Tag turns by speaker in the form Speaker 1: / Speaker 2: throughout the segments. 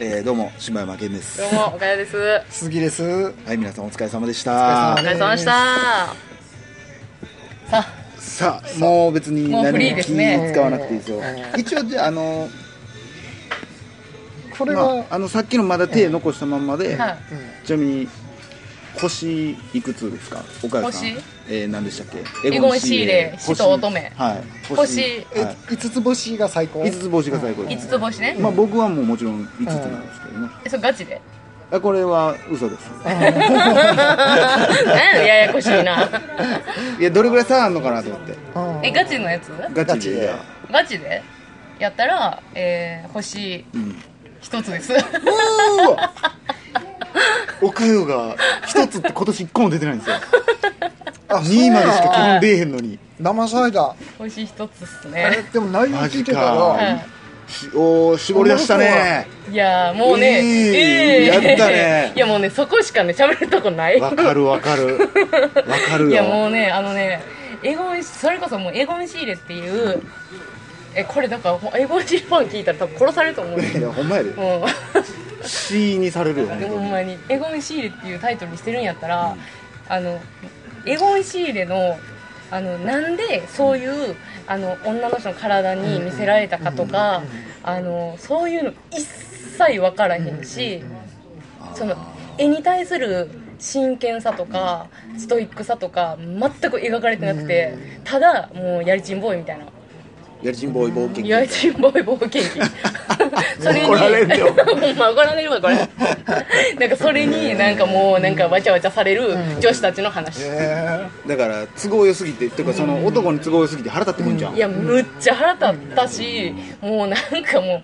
Speaker 1: えーどうも柴山健です
Speaker 2: どうも、おかやです。お
Speaker 3: 鈴木です。お
Speaker 1: はい皆さんお疲れ様でし
Speaker 3: お
Speaker 1: た
Speaker 3: 疲
Speaker 2: 疲れ様でした。さあ、
Speaker 1: さあもう別に
Speaker 2: もう
Speaker 1: 何
Speaker 2: フ
Speaker 1: も
Speaker 2: リーですね
Speaker 1: 気使わなくていいですよ一応じゃああの
Speaker 3: これ
Speaker 1: ま
Speaker 3: は
Speaker 1: あ、、あのさっきのまだ手残したまんまで、
Speaker 2: はい
Speaker 1: ちなみに星いくつですか岡谷さん
Speaker 2: 星
Speaker 1: えー、何でしたっけ
Speaker 2: エゴンシーレ
Speaker 1: 星
Speaker 2: シト乙女
Speaker 1: はい
Speaker 2: 星
Speaker 3: え
Speaker 1: は
Speaker 3: 五つ星が最高。
Speaker 1: い、5つ星が最高で
Speaker 2: 五
Speaker 1: す
Speaker 2: つ星ね。
Speaker 1: まあ僕はもうもちろん5つなんですけどね、
Speaker 2: えそれガチで。
Speaker 1: あこれは嘘です
Speaker 2: なんやろややこしいな。
Speaker 1: いやどれぐらい差あんのかなと思って
Speaker 3: うん
Speaker 2: え、ガチのやつ
Speaker 1: ガ
Speaker 3: ガ
Speaker 1: チ
Speaker 3: チ
Speaker 1: で
Speaker 3: で
Speaker 1: じゃあ
Speaker 2: ガチでやったら、えー、星
Speaker 1: うん
Speaker 2: 一つです。
Speaker 3: うわ
Speaker 1: おかよが一つって今年一個も出てないんです よ
Speaker 3: あ、
Speaker 1: 2位までしか基
Speaker 3: そう
Speaker 1: 本出えへんのに
Speaker 3: なんや騙された。
Speaker 2: 星一つっす
Speaker 3: あれ
Speaker 2: ね。
Speaker 3: でも内容
Speaker 1: マ
Speaker 3: 聞
Speaker 1: ジ
Speaker 3: いてたら、
Speaker 2: は
Speaker 1: かしおー絞り出したね
Speaker 2: いやー、もうね、
Speaker 1: えーやったね
Speaker 2: いやもうね、そこしかね、喋るとこない。
Speaker 1: わかるわか るわかるよ
Speaker 2: いやもうねあのねエゴンそれこそもうエゴンシーレっていうえこれだからほエゴンシーレファン聞いたら多分殺されると思う
Speaker 1: いやほんまやで
Speaker 2: も
Speaker 1: C にされるよ
Speaker 2: う
Speaker 1: ね
Speaker 2: ほんまにエゴンシーレっていうタイトルにしてるんやったら、あのエゴンシーレのあのなんでそういうあの女の人の体に見せられたかとかあのそういうの一切分からへんしその絵に対する真剣さとかストイックさとか全く描かれてなくてただもうやりちんボーイみたいな
Speaker 1: やりちんボーイ冒険記
Speaker 2: やりちんボーイ冒 険記それに
Speaker 1: 怒られるよ
Speaker 2: ほんま怒られるわ これなんかそれになんかもうなんかわちゃわちゃされる女子たちの話
Speaker 3: え
Speaker 1: だから都合良すぎてっていうかその男に都合良すぎて腹立ってくんじゃん
Speaker 2: いやむっちゃ腹立ったしもうなんかもう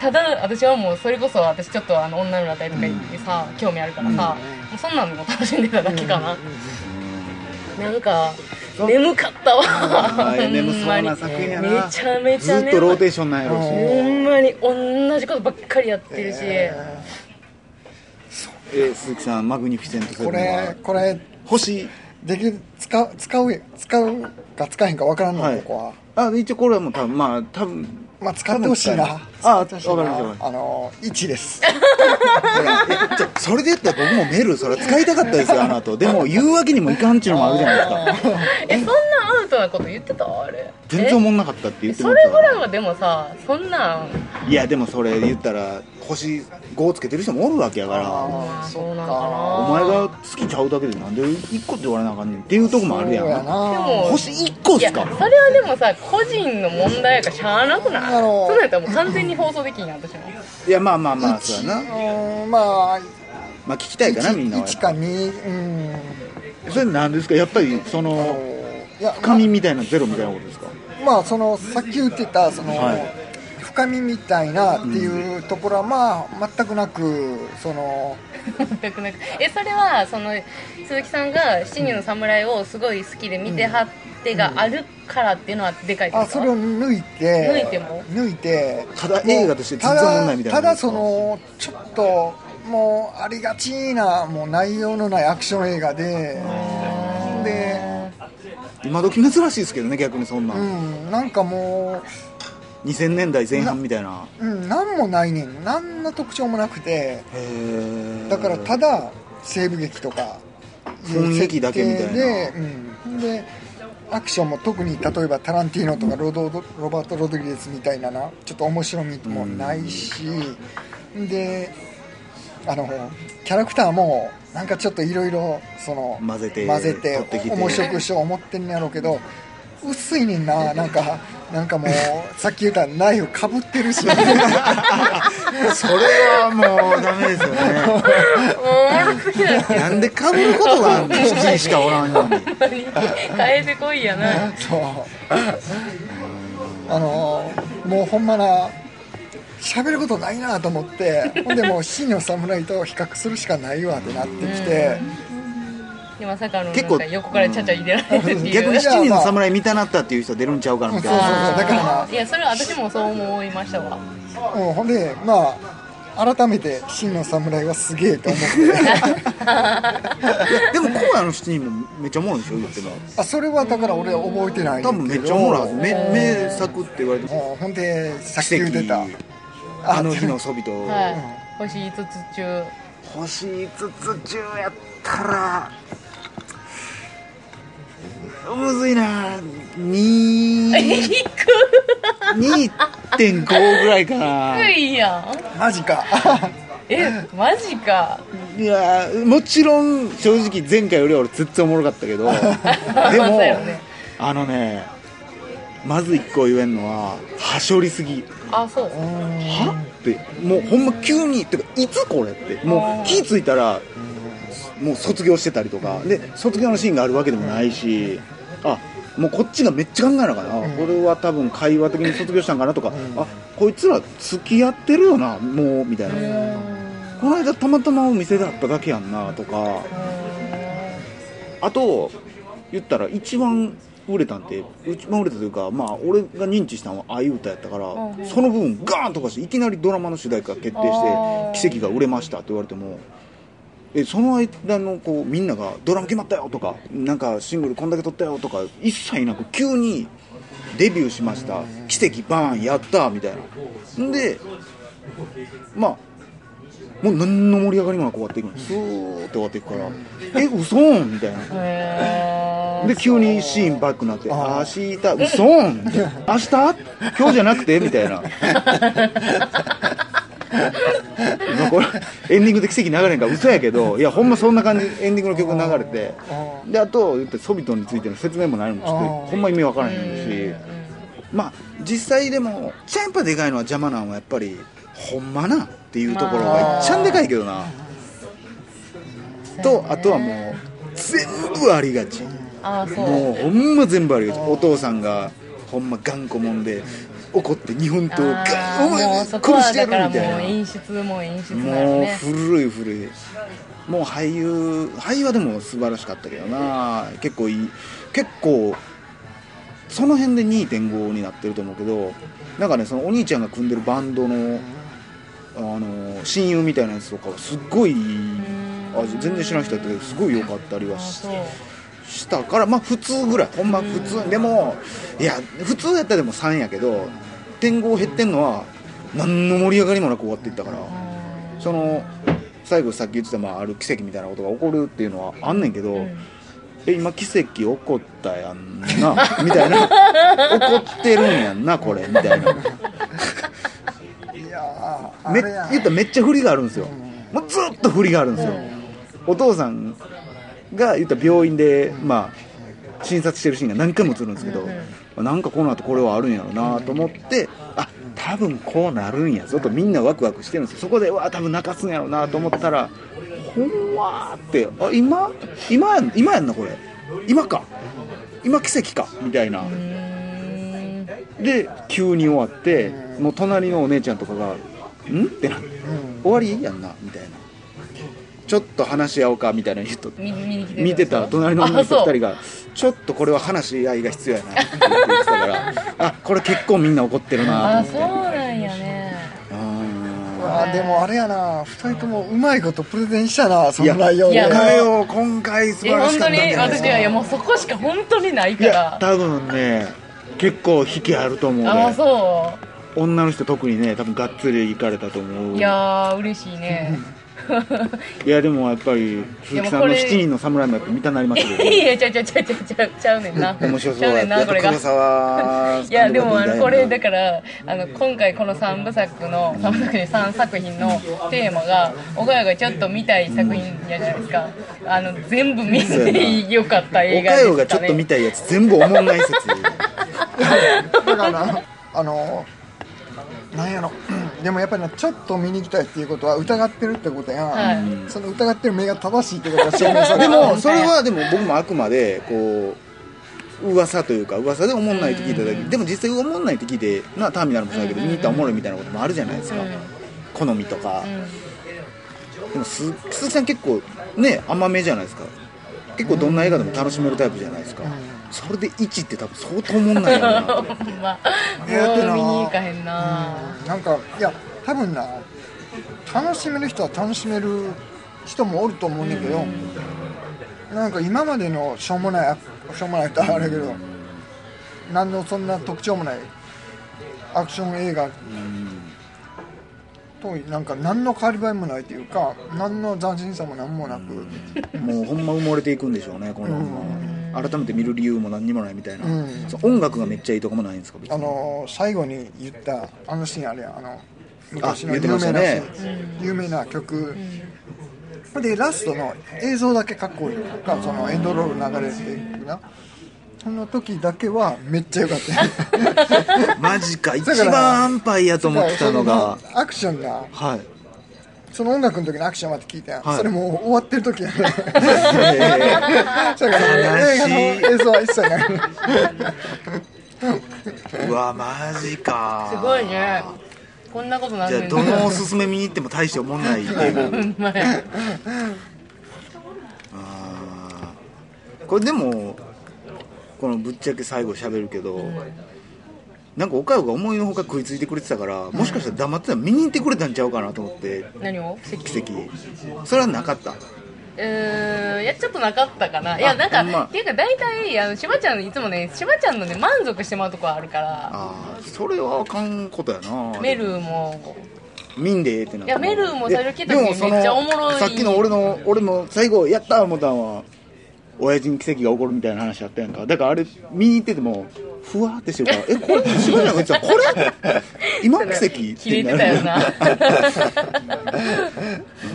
Speaker 2: ただ私はもうそれこそ私ちょっとあの女の子だったりとか言ってさ興味あるからさもうそんなんでも楽しんでただけかななんか眠かったわ
Speaker 1: あー眠
Speaker 2: ほ
Speaker 1: そ
Speaker 2: ん
Speaker 1: う
Speaker 2: まに
Speaker 1: な作品やな
Speaker 2: めちゃめちゃ
Speaker 1: ずっとローテー
Speaker 2: 眠
Speaker 1: ションなんやろうし
Speaker 3: うん
Speaker 2: ほんまに同じことばっかりやってるし、
Speaker 1: えー鈴木さんマグニフィセントセブ
Speaker 3: こ
Speaker 1: ンは
Speaker 3: れこれ
Speaker 1: 星
Speaker 3: できる使う使う使うか使えへんかわからんの、
Speaker 1: はい
Speaker 3: ここは。
Speaker 1: あ一応これはもう多分まあ多分
Speaker 3: まあ使ってほしいな。
Speaker 1: あわかりましてた
Speaker 3: 使っほ
Speaker 1: わか
Speaker 3: しい
Speaker 1: り
Speaker 3: な
Speaker 1: ました
Speaker 3: あの一です。
Speaker 1: じゃあそれで言ったら僕もメールそれは使いたかったですよあの後でも言うわけにもいかんっちゅうのもあるじゃないですか
Speaker 2: えそんなアウトなこと言ってたあれ
Speaker 1: 全然思んなかったって言
Speaker 2: え
Speaker 1: って
Speaker 2: そ
Speaker 1: ま
Speaker 2: れ
Speaker 1: した
Speaker 2: ぐらいはでもさそんなん
Speaker 1: いやでもそれ言ったら星5つけてる人もおるわけやから
Speaker 3: あー
Speaker 2: そうなんか
Speaker 1: お
Speaker 2: な
Speaker 1: 前が好きちゃうだけでなんで1個って言われなあかんねんっていうとこもあるやん
Speaker 3: そうや
Speaker 2: で
Speaker 3: な。
Speaker 2: も
Speaker 1: 星1個っ
Speaker 2: いや
Speaker 1: す
Speaker 2: それ
Speaker 1: か
Speaker 2: はでもさ個人の問題やからしゃあなくない
Speaker 3: なるほど
Speaker 2: そうなんやったらもう完全に放送できんやん私も
Speaker 1: いやまあまあまあそうやな
Speaker 3: うんまあ
Speaker 1: まあ聞きたいかなみんなは
Speaker 3: 一か二うん。
Speaker 1: それなんですかやっぱりそ
Speaker 3: あの
Speaker 1: の
Speaker 3: いや
Speaker 1: 深みみたいなゼロみたいなことですか
Speaker 3: まあそのさっき言ってたその、
Speaker 1: はい
Speaker 3: 深みみたいなっていうところはまあ全くなくその
Speaker 2: 全くなくえそれはその鈴木さんが「七人の侍」をすごい好きで見てはってがあるからっていうのはでかいってこ
Speaker 3: あ
Speaker 2: と
Speaker 3: それを抜いて
Speaker 2: 抜いても
Speaker 3: 抜いて
Speaker 1: ただ
Speaker 3: もう
Speaker 1: 映画として全然問題みたいな
Speaker 3: ただただそのちょっともうありがちなもう内容のないアクション映画でで
Speaker 1: 今時珍しいですけどね逆にそんな
Speaker 3: うんんなんかも
Speaker 1: 2000年代前半みたいな
Speaker 3: う、うん、何もないねん何の特徴もなくて
Speaker 1: へー
Speaker 3: だからただ西部劇とか
Speaker 1: 雰囲気だけみたいな
Speaker 3: で,、うん、でアクションも特に例えばタランティーノとかロドロバート・ロドリゲスみたいななちょっと面白みもないし、であのキャラクターもなんかちょっといろいろその
Speaker 1: 混ぜて
Speaker 3: 混ぜて
Speaker 1: 取ってきて
Speaker 3: 面白くしよう思ってんねやろうけど薄いねんななんかなんかもうさっき言ったナイフかぶってるし
Speaker 1: それはもうダメですよ ねなんでかぶることが7人しかおらんのに
Speaker 2: 変えてこいやな
Speaker 3: そうあのもうほんまな喋ることないなと思ってほんでもう「真の侍」と比較するしかないわってなってきて、
Speaker 2: でまさかのなん
Speaker 1: 結構
Speaker 2: か横からちゃちゃ入れられるっていう
Speaker 1: 逆に7人の侍見たなったっていう人出るんちゃうかなみたい
Speaker 3: そうそう
Speaker 1: な
Speaker 3: そうだから
Speaker 2: いやそれは私もそう思いましたわ
Speaker 3: うんほんでまあ改めて真の侍はすげえと 思って
Speaker 1: でもコーラの7人もめっちゃおもろいんでしょ言っても
Speaker 3: あそれはだから俺は覚えてないけど
Speaker 1: 多分めっちゃおもろいはずめ名作って言われて
Speaker 3: もうほんでさっき
Speaker 1: 奇跡
Speaker 3: 言っ てた
Speaker 1: あの日のそびと
Speaker 2: はい星5つ中
Speaker 1: 星5つ中やったらむずいな2
Speaker 2: 低く
Speaker 1: 2.5ぐらいか ない
Speaker 2: やん
Speaker 3: マジか
Speaker 2: えマジか
Speaker 1: いやーもちろん正直前回よりは俺ずっとおもろかったけ どでも、
Speaker 2: そうやろね
Speaker 1: あのねまず一個言えんのははしょりすぎ
Speaker 2: あそう
Speaker 1: はってもうほんま急にてかいつこれってもう気付いたらもう卒業してたりとかで卒業のシーンがあるわけでもないしあもうこっちがめっちゃ考えなあかんな、これは多分会話的に卒業したんかなとか、あこいつら付き合ってるよなもうみたいな、この間たまたまお店で会っただけやんなとかあと言ったら一番売れたんて一番売れたというかまあ俺が認知したのはああいう歌やったから、
Speaker 2: うんうん
Speaker 1: その分ガーン飛ばしていきなりドラマの主題歌決定
Speaker 2: あー
Speaker 1: して「奇跡が売れました」って言われても。えその間のこうみんなが「ドラマ決まったよ」とか「なんかシングルこんだけ撮ったよ」とか一切なく急に「デビューしました」「奇跡バーンやった」みたいなんでまあもう何の盛り上がりもなく終わっていくのスーッて終わっていくから「え嘘ん」みたいな
Speaker 2: へー
Speaker 1: で急にシーンバックになって「明日嘘 んみたいな明日今日じゃなくて?」みた いな今これエンディングで奇跡流れへんから嘘やけどいやほんまそんな感じエンディングの曲が流れてであと言ってソビトンについての説明も何もちょっとほんま意味わからへんしまあ実際でもちゃんやっぱでかいのは邪魔なんはやっぱりほんまなんっていうところがいっちゃんでかいけどなとあとはもう全部ありがち
Speaker 2: あそう
Speaker 1: もうほんま全部ありがちお父さんがほんま頑固もんで怒って日本刀をガ
Speaker 2: あ
Speaker 1: ーン
Speaker 2: ー
Speaker 1: お前
Speaker 2: もうそこは
Speaker 1: 殺してや
Speaker 2: だか
Speaker 1: るみ
Speaker 2: らもう
Speaker 1: たい
Speaker 2: 演出も演出
Speaker 1: な
Speaker 2: なの
Speaker 1: もう
Speaker 2: ね
Speaker 1: 古い古いもう俳優俳優はでも素晴らしかったけどな結構いい結構その辺で2.5になってると思うけどなんかねそのお兄ちゃんが組んでるバンドのあの親友みたいなやつとかはすっごいいい味全然知らん人やったけどすごい良かったりは
Speaker 2: あ
Speaker 1: し
Speaker 2: そう
Speaker 1: したからまあ普通ぐらいほんま普通でもいや普通やったらでも3やけど点5減ってんのは何の盛り上がりもなく終わっていったからその最後さっき言ってた、まあ、ある奇跡みたいなことが起こるっていうのはあんねんけど、え今奇跡起こったやんなみたい な起こってるんやんなこれみたいな。
Speaker 3: いやーあ
Speaker 1: め
Speaker 3: れ
Speaker 1: 言
Speaker 3: やん
Speaker 1: ったらめっちゃ振りがあるんですよ、もうずっと振りがあるんですよ、お父さんが言ったら病院で、まあ、診察してるシーンが何回も映るんですけど、まあなんかこの後これはあるんやろうなと思って、あ多分こうなるんやぞとみんなワクワクしてるんですよそこでわあ多分泣かすんやろうなと思ったら、ほんわーってあ今今やん今やんなこれ今か今奇跡かみたいな、で急に終わってもう隣のお姉ちゃんとかが「ん?」ってなって「終わりやんな」みたいな「ちょっと話し合おうか」みたいな言うと
Speaker 2: 見見に来てた
Speaker 1: 見てた隣の女の
Speaker 2: あそ
Speaker 1: 人
Speaker 2: う
Speaker 1: 2人が「ちょっとこれは話し合いが必要やな」って言ってた から「あこれ結構みんな怒ってるな
Speaker 2: あ」
Speaker 1: と
Speaker 2: そう
Speaker 1: 思って
Speaker 2: なんやね
Speaker 1: うん
Speaker 3: あーでもあれやな2人ともうまいことプレゼンしたなその内容
Speaker 1: い
Speaker 3: で
Speaker 1: や
Speaker 2: いや
Speaker 1: 変えよう今回素
Speaker 2: え
Speaker 1: 晴らし
Speaker 2: 本
Speaker 1: か
Speaker 2: 当
Speaker 1: ったん
Speaker 2: に
Speaker 1: じゃないです
Speaker 2: 私
Speaker 1: か
Speaker 2: はいやもうそこしか本当にない
Speaker 1: い
Speaker 2: か
Speaker 1: や
Speaker 2: ら
Speaker 1: 多分ね結構引きあると思う
Speaker 2: ああ
Speaker 1: で
Speaker 2: そ
Speaker 1: 女の人特にね多分がっつり行かれたと思
Speaker 2: う
Speaker 1: う
Speaker 2: いやー嬉しいね
Speaker 1: いやでもやっぱり鈴木さん
Speaker 2: でもこ
Speaker 1: の
Speaker 2: れ
Speaker 1: 7人の侍になって見たなりました
Speaker 2: い
Speaker 1: け
Speaker 2: やちゃうちゃうちゃうちゃうちゃうちゃうねんな
Speaker 1: ど面白そう
Speaker 2: ちゃう
Speaker 1: や
Speaker 2: ね
Speaker 1: っ
Speaker 2: ん
Speaker 1: たや
Speaker 2: な
Speaker 1: っ
Speaker 2: こ
Speaker 1: ぱ
Speaker 2: れが
Speaker 1: 黒沢
Speaker 2: いやでもあのこれだ
Speaker 1: け
Speaker 2: からあの今回この3部作の3部作で3作品のテーマが岡谷がちょっと見たい作品やじゃないですかあの全部見てよかった映
Speaker 1: お
Speaker 2: 画
Speaker 1: か
Speaker 2: で
Speaker 1: よ
Speaker 2: し
Speaker 1: がちょ
Speaker 2: た
Speaker 1: っと見
Speaker 2: ね
Speaker 1: たいやつ全部おもんない説
Speaker 3: だからなあのなんやろ うんでもやっぱりなちょっと見に行きたいっていうことは疑ってるってことやん、
Speaker 2: はい
Speaker 3: その疑ってる目が正しいってことは証明さ
Speaker 1: で
Speaker 3: れる
Speaker 1: もそれはでも僕もあくまでこう噂というか噂でおもんないって聞いただけでも実際おもんないって聞いてなターミナルもそうだけど見に行ったらおもろいみたいなこともあるじゃないですか好みとかでも鈴木さん結構ね甘めじゃないですか結構どんな映画でも楽しめるタイプじゃないですかそれで1って多分相当おもんないやろうなと思って
Speaker 2: ほんま
Speaker 3: えーって
Speaker 2: もう
Speaker 3: な
Speaker 2: 見に行かへんな
Speaker 3: なんかいや多分な楽しめる人は楽しめる人もおると思うんだけど、なんか今までのしょうもないアしょうもないってあれだけど何のそんな特徴もないアクション映画となんか何の変わり映えもないというか何の斬新さも何もなく、
Speaker 1: もうほんま埋もれていくんでしょうねこの本は改めて見る理由も何にもないみたいな、
Speaker 3: うん
Speaker 1: その音楽がめっちゃいいとかもないんですか別に
Speaker 3: あの最後に言ったあのシーンあれやあの昔の
Speaker 1: 言って
Speaker 3: 有
Speaker 1: まし
Speaker 3: 名
Speaker 1: た
Speaker 3: な、
Speaker 1: ね
Speaker 3: 有名な曲、でラストの映像だけかっこいいのかそのエンドロール流れていくなその時だけはめっちゃ良かったよ
Speaker 1: マジか一
Speaker 3: から
Speaker 1: 番安牌やと思ってたのが
Speaker 3: そのアクションが
Speaker 1: はい
Speaker 3: その音楽の時のアクションまで聞いて、
Speaker 1: はい
Speaker 3: それもう終わってる時 やね だから
Speaker 1: 悲しい
Speaker 3: 映画の映像は一切ない
Speaker 1: うわマジか
Speaker 2: すごいねこんなことなん
Speaker 1: じゃあ
Speaker 2: ねん
Speaker 1: どのおすすめ見に行っても大して思んないっていう
Speaker 2: ほんまや
Speaker 1: あーこれでもこのぶっちゃけ最後喋るけど、なんか岡山が思いのほか食いついてくれてたからもしかしたら黙ってたら見に行ってくれたんちゃうかなと思って
Speaker 2: 何を奇
Speaker 1: 奇跡それはなかった
Speaker 2: うーんいやちょっとなかったかないやなんか、
Speaker 1: ほんま
Speaker 2: っていうか大体あのしばちゃんいつもねしばちゃんのね満足してもらうとこあるから
Speaker 1: ああそれはあかんことやな
Speaker 2: メルーも
Speaker 1: 見んでええってなった
Speaker 2: いやメルーも最初来た時
Speaker 1: でもその
Speaker 2: めっちゃおもろい
Speaker 1: さっきの俺の俺も最後やったー思ったんは親父に奇跡が起こるみたいな話あったやんかだからあれ見に行っててもふわーってしてるからえこれしばらく言ってたこ れ今奇跡
Speaker 2: 切れてたよな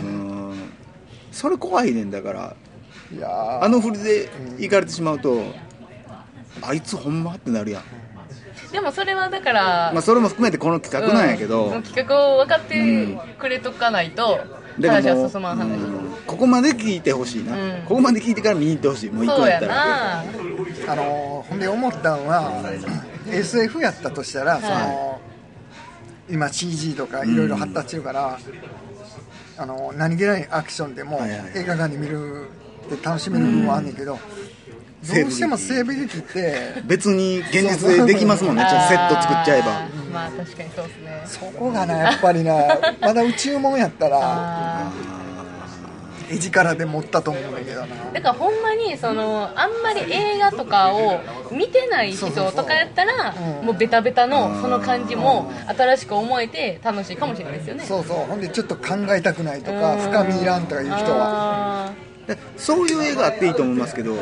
Speaker 1: うんそれ怖いねんだから
Speaker 3: いやー
Speaker 1: あの振りで行かれてしまうとあいつほんまってなるやん、
Speaker 2: でもそれはだから、
Speaker 1: まあ、それも含めてこの企画なんやけど、
Speaker 2: うんその企画を分かってくれとかないと、話
Speaker 1: も
Speaker 2: は
Speaker 1: う
Speaker 2: 進まん話、
Speaker 1: うんここまで聞いてほしいな、
Speaker 2: うん
Speaker 1: ここまで聞いてから見に行ってほしいもう一
Speaker 2: そ
Speaker 1: 個
Speaker 2: う
Speaker 1: や
Speaker 2: や
Speaker 1: ったら
Speaker 2: な
Speaker 3: あのーほんで思ったんは SF やったとしたら、その今 CG とかいろいろ発達してるから、あのー何気ないアクションでも
Speaker 1: はいはいはい
Speaker 3: 映画館で見るって楽しめる部分はあんねんけど、どうしても西部劇って
Speaker 1: 別に現実でできますもんね
Speaker 2: あー
Speaker 1: ちょっとセット作っちゃえば
Speaker 2: まあ確かにそうですね
Speaker 3: そこがなやっぱりなまだ宇宙もんやったら
Speaker 2: あ
Speaker 3: 絵力で持ったと思うんだけどな
Speaker 2: ーだからほんまにそのあんまり映画とかを見てない人とかやったらもうベタベタのその感じも新しく思えて楽しいかもしれないですよね
Speaker 3: そうそうほんでちょっと考えたくないとか深みいらんとかいう人は
Speaker 2: あ
Speaker 1: でそういう映画あっていいと思いますけど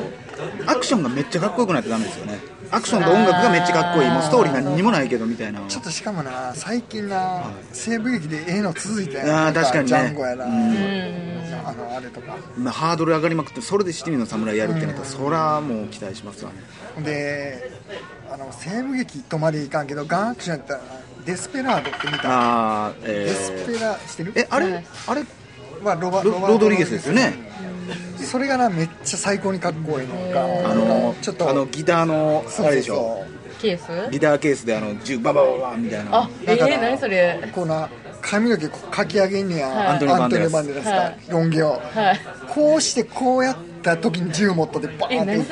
Speaker 1: アクションがめっちゃかっこよくないとダメですよねアクションと音楽がめっちゃかっこいいもうストーリー何にもないけどみたいな
Speaker 3: ちょっとしかもな最近な西部劇でええの続いたやん
Speaker 1: あー
Speaker 3: なん
Speaker 1: 確かにね
Speaker 3: ジャンゴやら、
Speaker 1: うん
Speaker 2: ーうん
Speaker 3: あのあれとか
Speaker 1: まあハードル上がりまくってそれで七人の侍やるってなったらそらもう期待しますわね
Speaker 3: であの西部劇とまでいかんけどガンアクションやったらデスペラードって見た
Speaker 1: ああえ
Speaker 3: デスペ
Speaker 1: ー
Speaker 3: ラしてる
Speaker 1: えあ
Speaker 2: は
Speaker 1: れ
Speaker 2: い
Speaker 1: あれ
Speaker 3: はロバ
Speaker 1: ロロドリゲスですよね
Speaker 3: それがなめっちゃ最高にかっこいいのが
Speaker 1: あの
Speaker 3: ちょっと
Speaker 1: あのギターの
Speaker 3: そうそうそう
Speaker 1: あれでしょ
Speaker 2: ケース
Speaker 1: ギターケースであの銃ババババみたいな
Speaker 2: あえ
Speaker 3: だから
Speaker 2: ー、何それ
Speaker 3: こうな髪の毛こうかき上げんね
Speaker 2: はい
Speaker 3: や
Speaker 1: アントニーバンデラス
Speaker 3: アントニーバンデラスかロン毛を
Speaker 2: はい
Speaker 3: こうしてこうやった時に銃持っとってバーン
Speaker 2: え
Speaker 3: って撃った
Speaker 2: 何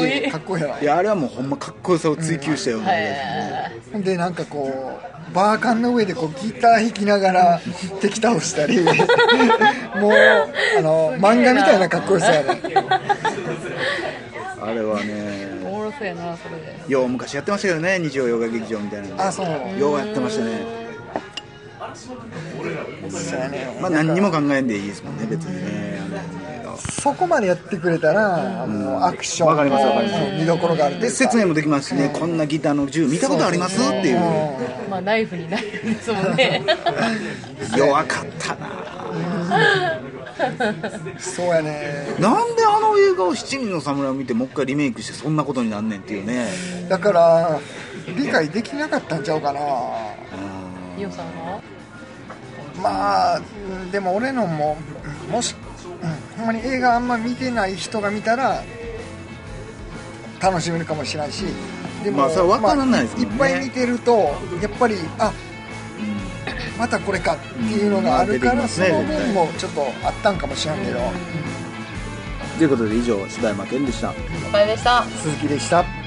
Speaker 2: それ
Speaker 3: り
Speaker 2: か
Speaker 3: かっこいいやろ
Speaker 1: いやあれはもうほんまかっこよさを追求したような
Speaker 2: は
Speaker 1: 映画ですね
Speaker 2: い
Speaker 3: ほんでなんかこうバーカンの上でこうギター弾きながら敵倒したりもうあの
Speaker 2: すげえな
Speaker 3: 漫画みたいな格好さやね
Speaker 1: あれは
Speaker 2: お
Speaker 1: ね
Speaker 2: もろそうやなそれで
Speaker 1: よう昔やってましたけどね日曜洋画劇場みたいなので
Speaker 3: あそう
Speaker 1: ようやってましたね
Speaker 3: そうやね
Speaker 1: まあ何にも考えんでいいですもんね別にねあの映画は
Speaker 3: そこまでやってくれたら、もうアクション
Speaker 1: わかりますわかります
Speaker 3: うん見どころがある
Speaker 1: で説明もできますしねこんなギターの銃見たことありますっていう
Speaker 2: まあナイフにナイフですもんね
Speaker 1: 弱かったな
Speaker 3: そうやね
Speaker 1: なんであの映画を七人の侍を見てもう一回リメイクしてそんなことになんねんっていうね
Speaker 3: だから理解できなかったんちゃうかな
Speaker 2: 伊代さんは
Speaker 3: まあうんでも俺のももし、うん、ほんまに映画あんま見てない人が見たら楽しめるかもしれないしで
Speaker 1: まあそれは分からないですもんね
Speaker 3: まあいっぱい見てるとやっぱりあまたこれかっていうのがあるか
Speaker 1: うんま
Speaker 3: ら、
Speaker 1: あ
Speaker 3: そ
Speaker 1: 出てき
Speaker 3: の
Speaker 1: ますね
Speaker 3: 面もちょっとあったんかもしれんけど、
Speaker 1: ということで以上柴山健でした
Speaker 2: お疲れでした
Speaker 3: 鈴木でした。